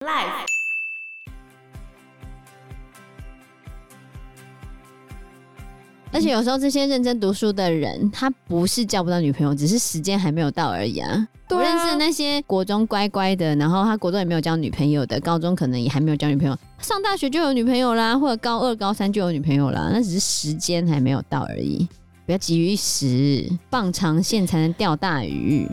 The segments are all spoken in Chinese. life。 而且有时候这些认真读书的人，他不是交不到女朋友，只是时间还没有到而已啊。对我啊认识的那些国中乖乖的，然后他国中也没有交女朋友的，高中可能也还没有交女朋友，上大学就有女朋友啦，或者高二、高三就有女朋友啦，那只是时间还没有到而已。不要急于一时，放长线才能钓大鱼。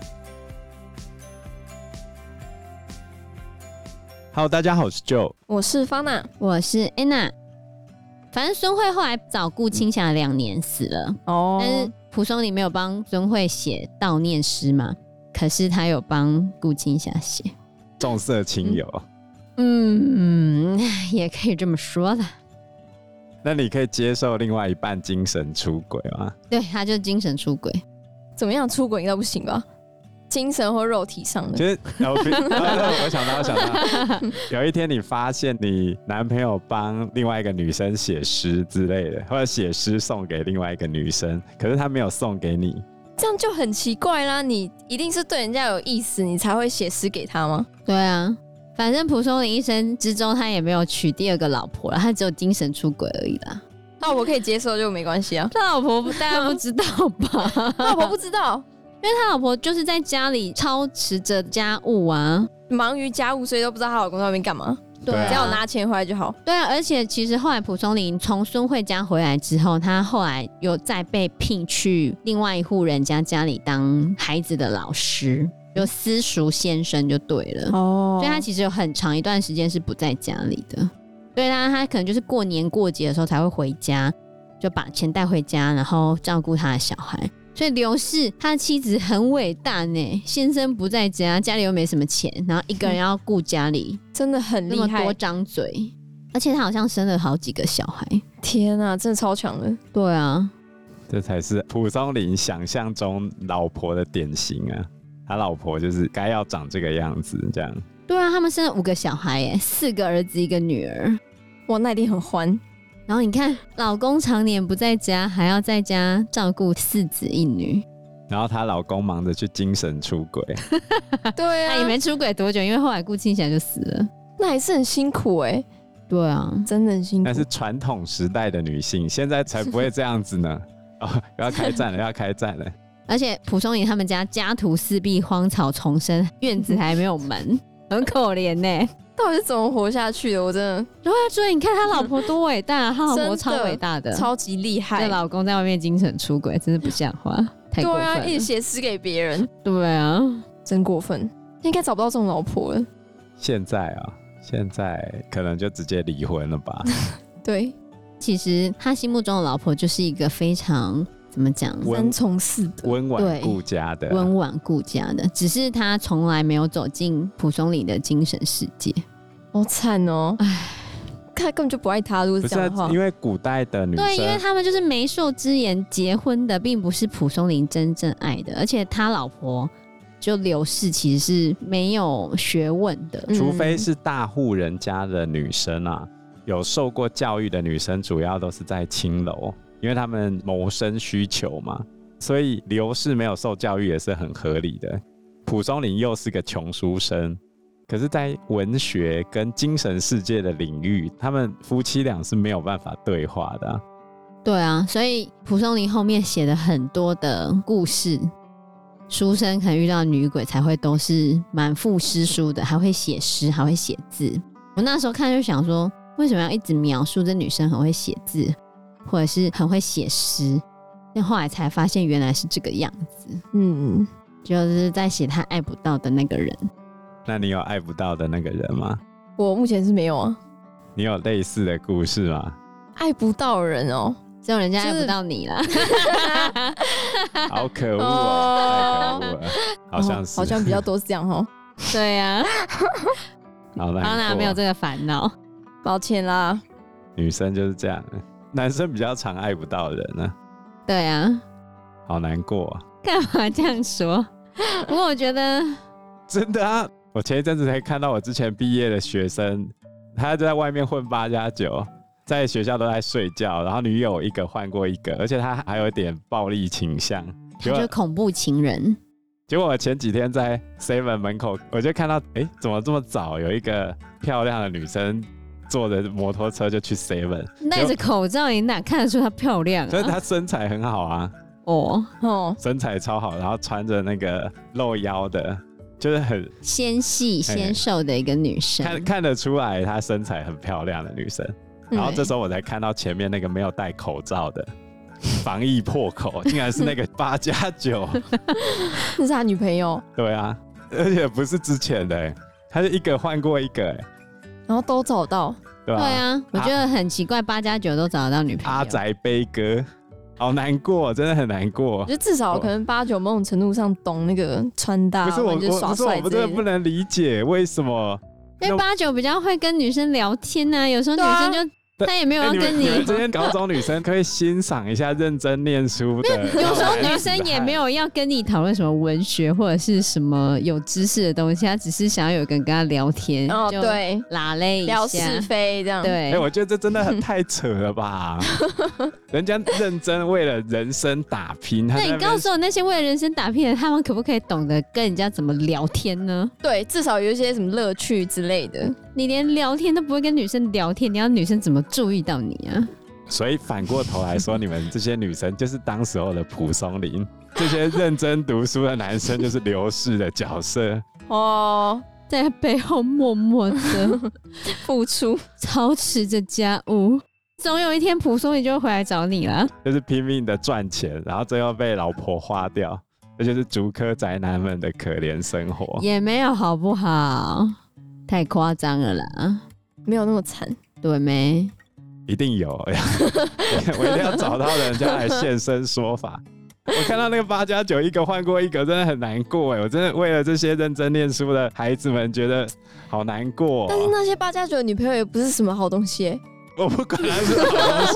Hello，大家好，我是 Joe。我是方娜，我是 Anna。反正孙慧后来早顾清霞两年死了，哦但是蒲松龄没有帮孙慧写悼念诗嘛，可是他有帮顾清霞写。重色轻友，嗯，也可以这么说啦。那你可以接受另外一半精神出轨吗？对，他就是精神出轨。怎么样出轨应该不行吧？精神或肉体上其的，实，啊我 不我想到，我想到，有一天你发现你男朋友帮另外一个女生写诗之类的，或者写诗送给另外一个女生，可是他没有送给你，这样就很奇怪啦。你一定是对人家有意思，你才会写诗给他吗？对啊，反正蒲松龄一生之中他也没有娶第二个老婆了，他只有精神出轨而已啦。。那我可以接受就没关系啊 他老婆不大家不知道吧？那我不知道， 因为他老婆就是在家里操持着家务啊。忙于家务，所以都不知道她老公在外面干嘛，对啊只要我拿钱回来就好。对啊，而且其实后来蒲松龄从孙慧家回来之后，他后来又再被聘去另外一户人家家里当孩子的老师，就私塾先生就对了。哦所以他其实有很长一段时间是不在家里的。对啊，他可能就是过年过节的时候才会回家，就把钱带回家，然后照顾他的小孩。所以刘氏他的妻子很伟大呢，先生不在家，家里又没什么钱，然后一个人要顾家里，真的很那厉么害多，张嘴，而且他好像生了好几个小孩。天啊，真的超强的。对啊，这才是蒲松龄想象中老婆的典型啊。他老婆就是该要长这个样子，这样。对啊，他们生了五个小孩耶，四个儿子一个女儿。哇，那一定很欢。然后你看，老公常年不在家，还要在家照顾四子一女。然后她老公忙着去精神出轨，对那、啊，也没出轨多久，因为后来顾清霞就死了。那还是很辛苦哎、对啊，真的很辛苦 那。是传统时代的女性，现在才不会这样子呢。 哦，要开战了，要开战了。而且蒲松龄他们家家徒四壁，荒草丛生，院子还没有门，很可怜呢、到底是怎么活下去的？我真对啊，所以你看他老婆多伟大，他老真婆的超伟大的的，超级厉害这。老公在外面精神出轨，真是不像话，太对过啊，分一直了。写诗给别人，对啊，真过分。应该找不到这种老婆了。现在啊、现在可能就直接离婚了 吧？对，其实他心目中的老婆就是一个非常怎么讲温三从四德。温婉顾家的，温婉顾家的，只是他从来没有走进蒲松龄的精神世界。好惨哦！唉，他根本就不爱他，如果不是是这啊、样的话因，为古代的女对，因为生，他们就是媒妁之言结婚的，并不是蒲松龄真正爱的，而且他老婆就刘氏其实是没有学问的。嗯除非是大户人家的女生啊，有受过教育的女生，主要都是在青楼，因为她们谋生需求嘛。所以刘氏没有受教育也是很合理的。蒲松龄又是个穷书生，可是，在文学跟精神世界的领域，他们夫妻俩是没有办法对话的啊、对啊，所以蒲松龄后面写的很多的故事，书生可能遇到女鬼才会都是满腹诗书的，还会写诗，还会写字。我那时候看就想说，为什么要一直描述这女生很会写字，或者是很会写诗？但后来才发现原来是这个样子。嗯，就是在写他爱不到的那个人。那你有爱不到的那个人吗？我目前是没有啊，你有类似的故 事吗？爱不到人哦。只有人家就爱是不到你啦，好可恶哦哦、太可恶了，好像是，好像比较多是这样哦。对呀、好啊，难当然过没有这个烦恼。抱歉啦，女生就是这样，男生比较常爱不到人呢、对啊，好难过啊、干嘛这样说？不过我觉得，真的啊！我前一阵子才看到我之前毕业的学生，他就在外面混八加九，在学校都在睡觉，然后女友一个换过一个，而且他还有一点暴力倾向，他就是恐怖情人，结果我前几天在 Seven 门口，我就看到，哎，怎么这么早有一个漂亮的女生坐着摩托车就去 Seven，戴着口罩，你哪看得出她漂亮就是啊？她身材很好啊，哦，哦，身材超好，然后穿着那个露腰的，就是很纤细纤瘦的一个女生，哎看看得出来她身材很漂亮的女生。然嗯后这时候我才看到前面那个没有戴口罩的防疫破口，竟然是那个八加九。那是他女朋友，对啊，而且不是之前的、欸，他是一个换过一个、欸，然后都找到，对吧、对啊，我觉得很奇怪，八加九都找得到女朋友。阿宅悲歌，好难过，真的很难过我觉。得至少可能八九某种程度上懂那个穿搭，不是我，或者我耍不是我帅们之真的类不的。能理解为什么。因为八九比较会跟女生聊天呐、有时候女对啊生就、对她也没有要哎跟们们这你些高中女生可以欣赏一下认真念书的。 有时候女生也没有。有要跟你讨论什么文学或者是什么有知识的东西，她只是想要有个人跟她聊天，哦，就对，拉嘞一聊下是，非这样。，哎、对，我觉得这真的很太扯 了吧！人家认真为了人生打拼，他那在你那边告诉我，那些为了人生打拼的，他们可不可以懂得跟人家怎么聊天呢？对，至少有一些什么乐趣之类的。你连聊天都不会跟女生聊天，你要女生怎么注意到你啊？所以反过头来说，你们这些女生就是当时候的蒲松 龄，这些认真读书的男生就是刘氏的角色。哦，在背后默默的付出，操持着家务， 总有一天蒲松龄就会回来找你啦。就是拼命的赚钱，然后最后被老婆花掉，这就是竹科宅男们的可怜生活。也没有好不好？太夸张了啦，没有那么惨。对没？一定有， 我一定要找到人家来现身说法。我看到那个八加九一个换过一个，真的很难过哎！我真的为了这些认真念书的孩子们，觉得好难过、哦但是嗯那些八加九的女朋友也不是什么好东西耶。我不管他是好 东西，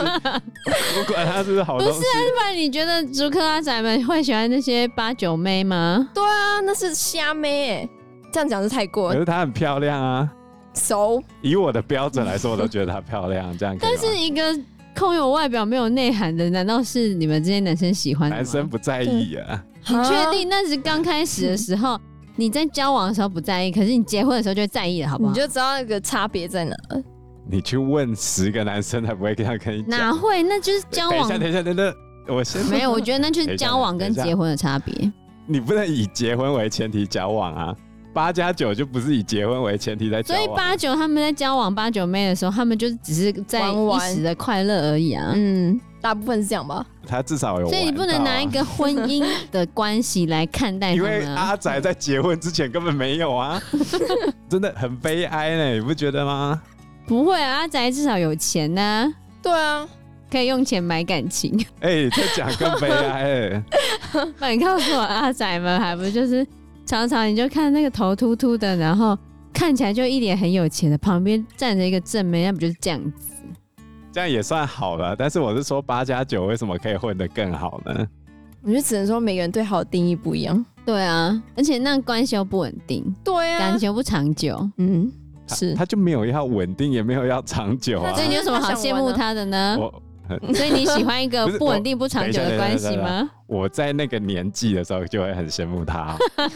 我不管他是好东西。不然你觉得竹科阿仔们会喜欢那些八九妹吗？对啊，那是虾妹哎，这样讲是太过可是她很漂亮啊，熟。以我的标准来说，我都觉得她漂亮，这样可以但吗。是一个空有外表没有内涵的，难道是你们这些男生喜欢的吗男生不在意啊，你你确？定那是刚开始的时候，你在交往的时候不在意，可是你结婚的时候就会在意了，好不好？你就知道那个差别在哪了。你去问十个男生，他不会这样跟你讲。哪会？那就是交等一往下，。等一下，等等，我先，没有，我觉得那就是交往跟结婚的差别。你不能以结婚为前提交往啊。八加九就不是以结婚为前提在交所以往，八九他们在交往八九妹的时候，他们就只是在玩一玩时的快乐而已啊。嗯，大部分是这样吧。他至少有玩到啊。所以你不能拿一个婚姻的关系来看待因他为们、啊。阿仔在结婚之前根本没有啊， 真的很悲哀呢，你不觉得吗？不会啊，阿宅至少有钱呐、对啊，可以用钱买感情。哎、欸，这讲更悲哀 哎。不然你告诉我，阿宅们还不就是常常你就看那个头秃秃的，然后看起来就一脸很有钱的，旁边站着一个正妹，那不就是这样子？这样也算好了。但是我是说，八加九为什么可以混得更好呢？我觉得只能说每个人对好的定义不一样。对啊，而且那关系又不稳定，对啊感情又不长久，嗯，他是他就没有要稳定，也没有要长久啊那。所以你有什么好羡慕他的呢？我 所以你喜欢一个不是不稳定、不长久等的一下关系吗？我在那个年纪的时候就会很羡 慕他哦、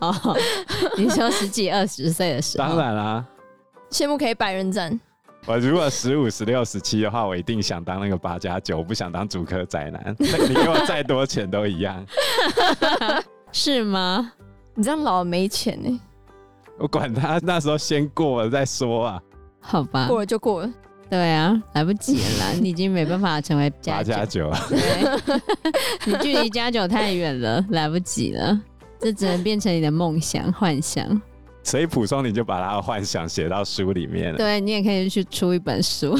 哦， 你说十几、二十岁的时候，当然啦、羡慕可以百人斩。我如果十五、十六、十七的话，我一定想当那个八加九，我不想当主科宅男。那你给我再多钱都一样， 是吗？你这样老了没钱呢、我管他，那时候先过了再说啊。好吧，过了就过了。对啊，来不及了啦，你已经没办法成为八家加酒，九，对 你距离家酒太远了，来不及了，这只能变成你的梦想、幻想。所以普松你就把他的幻想写到书里面了。对你也可以去出一本书，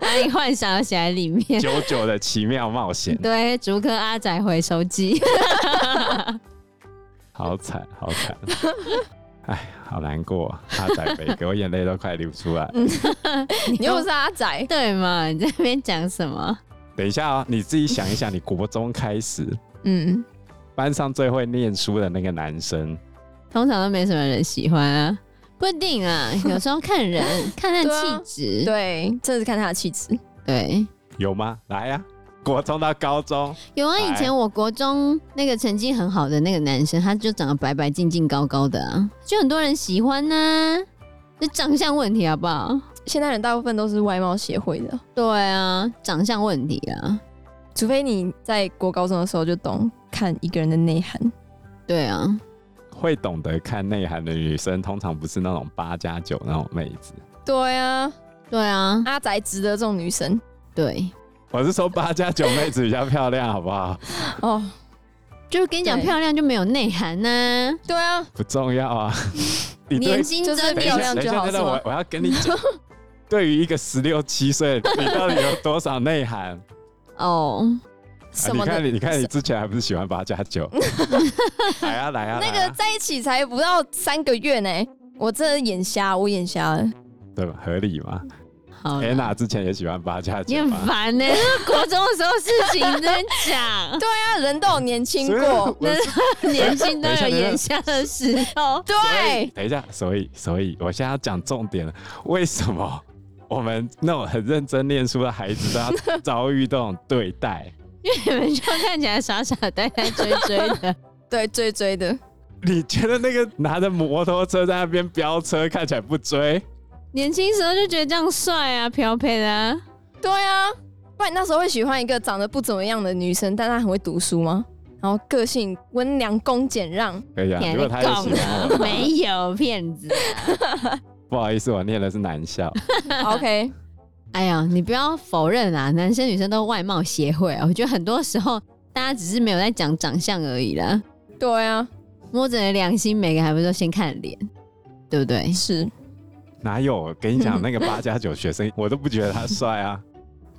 把你幻想的写在里 面。九九的奇妙冒险，对，竹科阿仔回收机，好惨，好惨， 哎，好难过啊，阿仔北哥，我眼泪都快流出来。 你又不是阿仔，对嘛？你在那边讲什么？等一下啊、你自己想一想，你国中开始，嗯，班上最会念书的那个男生，通常都没什么人喜欢啊，不一定啊，有时候看 人，看看对啊气质，对，这是看他的气质。对。有吗？来呀、啊，国中到高中，有啊，以前我国中那个成绩很好的那个男生，他就长得白白净净、高高的啊，就很多人喜欢呐、就长相问题好不好？现代人大部分都是外貌协会的，对啊，长相问题啊，除非你在国高中的时候就懂看一个人的内涵。对啊，会懂得看内涵的女生，通常不是那种八加九那种妹子。对啊，对啊，阿宅值得这种女生对，我是说八加九妹子比较漂亮，好不好？哦。就是跟你讲，对漂亮就没有内涵呐、对啊，不重 要啊。你对年，轻就真的是等一漂下，亮等一就下，好等一下是吗我我要跟你讲， 对于一个十六七岁，你到底有多少内涵？啊哦，什你么的看你，你看你之前还不是喜欢八加 九？来啊来啊！那来个啊在一起才不到三个月呢，我真的眼瞎，我眼瞎了。对吧？合理嘛？好啦安娜之前也喜欢八加你九啊很嘛？烦呢、这是国中的时候事情你在那边 讲，对啊，人都有年轻所以过，我年轻都有眼下的时候，对，等一下，所以所以我现在要讲重点了，为什么 我们那种很认真念书的孩子都要遭遇这种对待？因为你们就看起来傻傻呆呆追追的，对追追的，你觉得那个拿着摩托车在那边飙车，看起来不追？年轻时候就觉得这样帅啊，漂配的、啊，对啊，不然你那时候会喜欢一个长得不怎么样的女生，但她很会读书吗？然后个性温良恭 俭让，可以啊，骗如果他也喜欢我，没有骗子。 不好意思，我念的是男校， OK， 哎呀，你不要否认啦，男生女生都外貌协会啊。我觉得很多时候大家只是没有在讲长相而已啦，对啊，摸着你的良心，每个还不是都先看脸，对不对？是哪有？我跟你讲，那个八加九学生，我都不觉得他帅啊。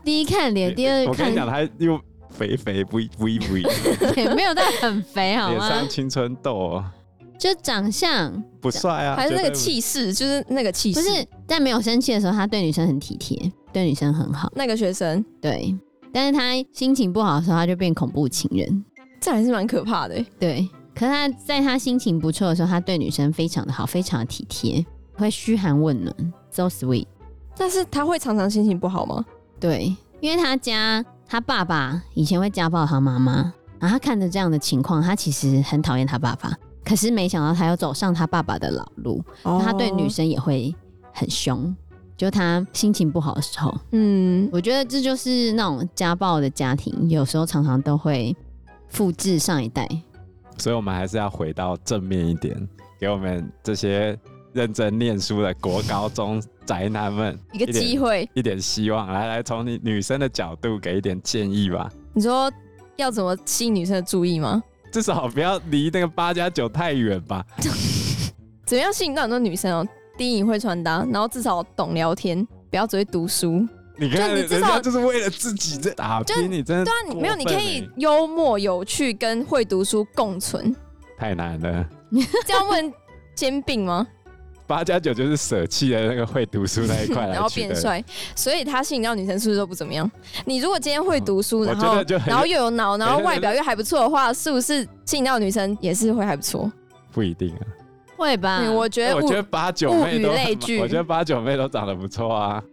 第一看脸，第二我跟看你讲，他又肥肥不不一不一，脸， 没有到很肥 好啊脸吗上？青春痘哦，就长相不帅啊，还是那绝个对不气势，就是那个气不势，是在没有生气的时候，他对女生很体贴，对女生很好，那个学生，对。但是他心情不好的时候，他就变恐怖情人，这还是蛮可怕的欸。对。可是他在他心情不错的时候，他对女生非常的好，非常的体贴，会嘘寒问暖，so sweet。但是他会常常心情不好吗？对，因为他家他爸爸以前会家暴他妈妈，然后他看着这样的情况，他其实很讨厌他爸爸，可是没想到他又走上他爸爸的老路，他对女哦，生也会很凶。就他心情不好的时候，嗯，我觉得这就是那种家暴的家庭，有时候常常都会复制上一 代。所以我们还是要回到正面一点，给我们这些认真念书的国高中宅男们一个点机会，一点希望。来来，从你女生的角度给一点建议吧，你说要怎么吸引女生的注意吗？至少不要离那个八加九太远吧。怎么样吸引到很多女生哦？第一，你会穿搭，然后至少懂聊天，不要只会读书。你看， 就你人至少家就是为了自己在打就拼，你真的对啊，你没有，过你分可欸以幽默有趣跟会读书共存，太难了。这样问兼并 吗？八加九就是舍弃了那个会读书那一 块，然后变。帅，所以他吸引到女生是不是都不怎么样？你如果今天会读书， 我然觉后得就很然后又有脑，然后对对对外表又还不错的话，是不是吸引到女生也是会还不错？不一定啊。会吧？嗯，我觉得哎我物觉得八九妹都物以类很聚我觉得八九妹都长得不错啊。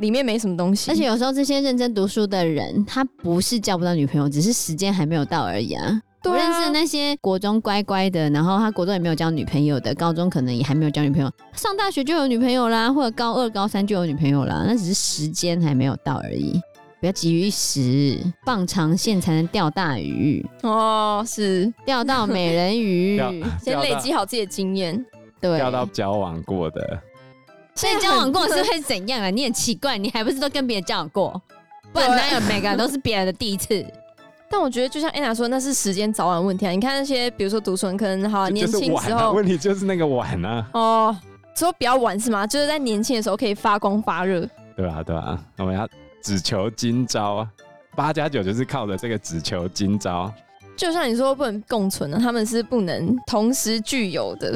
里面没什么东西，而且有时候这些认真读书的人，他不是交不到女朋友，只是时间还没有到而已啊。对啊我认识的那些国中乖乖的，然后他国中也没有交女朋友的，高中可能也还没有交女朋友，上大学就有女朋友啦，或者高二、高三就有女朋友啦，那只是时间还没有到而已。不要急于一时，放长线才能钓大鱼，哦，是钓到美人鱼。钓先钓累到积好自己的经验。对，钓到交往过的， 所以交往过是会怎样啊？你很奇怪，你还不是都跟别人交往过？不然对哪有每个都是别人的第一次？但我觉得就像 Anna 说，那是时间早晚问题啊。你看那些，比如说读书人，可能好啊、就年就是轻晚时啊。候问题就是那个晚啊， 哦，说比较晚是吗？就是在年轻的时候可以发光发热，对吧、对吧、我们要只求今朝啊，八加九就是靠着这个只求今朝。就像你说不能共存啊，他们是不能同时具有的。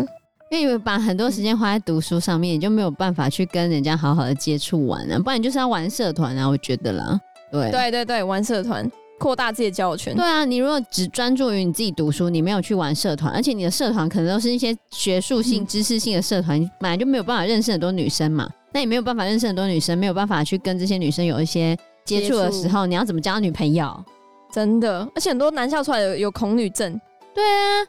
因为你把很多时间花在读书上面，你就没有办法去跟人家好好的接触玩啊，不然你就是要玩社团啊，我觉得啦，对对对对，玩社团，扩大自己的交友圈对。啊，你如果只专注于你自己读书，你没有去玩社团，而且你的社团可能都是一些学术性、嗯知识性的社团，你本来就没有办法认识很多女生嘛，那也没有办法认识很多女生，没有办法去跟这些女生有一些接触的时候，你要怎么交女朋友？真的，而且很多男校出来有有恐女症，对啊，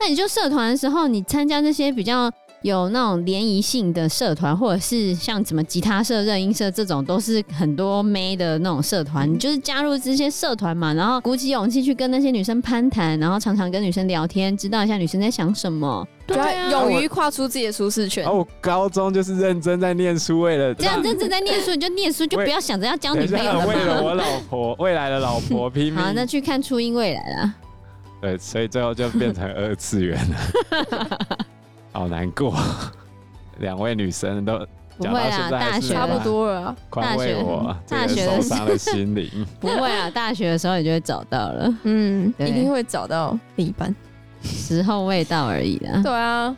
那你就社团的时候，你参加这些比较有那种联谊性的社团，或者是像什么吉他社、热音社这种，都是很多妹的那种社团。你就是加入这些社团嘛，然后鼓起勇气去跟那些女生攀谈，然后常常跟女生聊天，知道一下女生在想什么。就对啊，要勇于跨出自己的舒适圈哦，。我高中就是认真在念书，为了这样真正在念书，你就念书，就不要想着要交 等女一朋友下，了为了嘛。 我老婆未来的老 婆拼命好，，那去看初音未来啦。对，所以最后就变成二次元了， 好难过。 两位女生都不讲会到啦，现在啊大还是学差没不办啦法多了啊、宽慰我这大个学受伤 的心灵。不会啦，大学的时候你就会找到了，嗯，对一定会找到另一半。时候未到而已啦。对啊，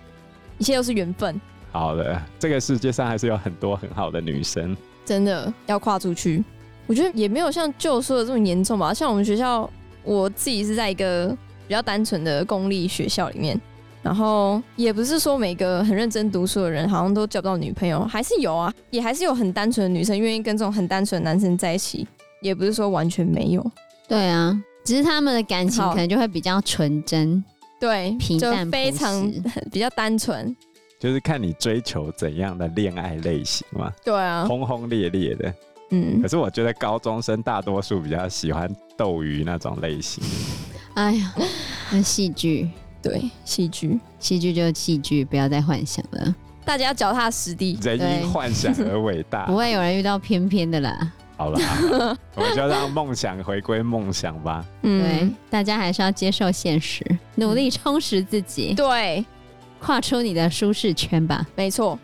一切都是缘分，好的，这个世界上还是有很多很好的女生。真的要跨出去。我觉得也没有像旧说的这么严重吧。像我们学校，我自己是在一个比较单纯的公立学校里面，然后也不是说每个很认真读书的人好像都交不到女朋友，还是有啊，也还是有很单纯的女生愿意跟这种很单纯的男生在一起，也不是说完全没有。对啊，只是他们的感情好可能就会比较纯真、对，平就淡、非常朴实比较单纯。就是看你追求怎样的恋爱类型嘛，对哦啊，轰轰烈烈的。嗯可，是我觉得高中生大多数比较喜欢斗鱼那种类型。 哎呀，那戏剧，对，戏剧，戏剧就是戏剧，不要再幻想了，大家脚踏实地。人对因幻想而伟大不。会有人遇到偏偏的啦。好了， 我们就让梦想回归梦想吧。嗯对，大家还是要接受现实，努力充实自己，对，跨出你的舒适圈吧。没错，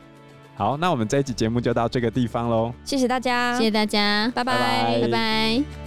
好，那我们这一期节目就到这个地方喽。谢谢大家，谢谢大家，拜拜拜拜拜拜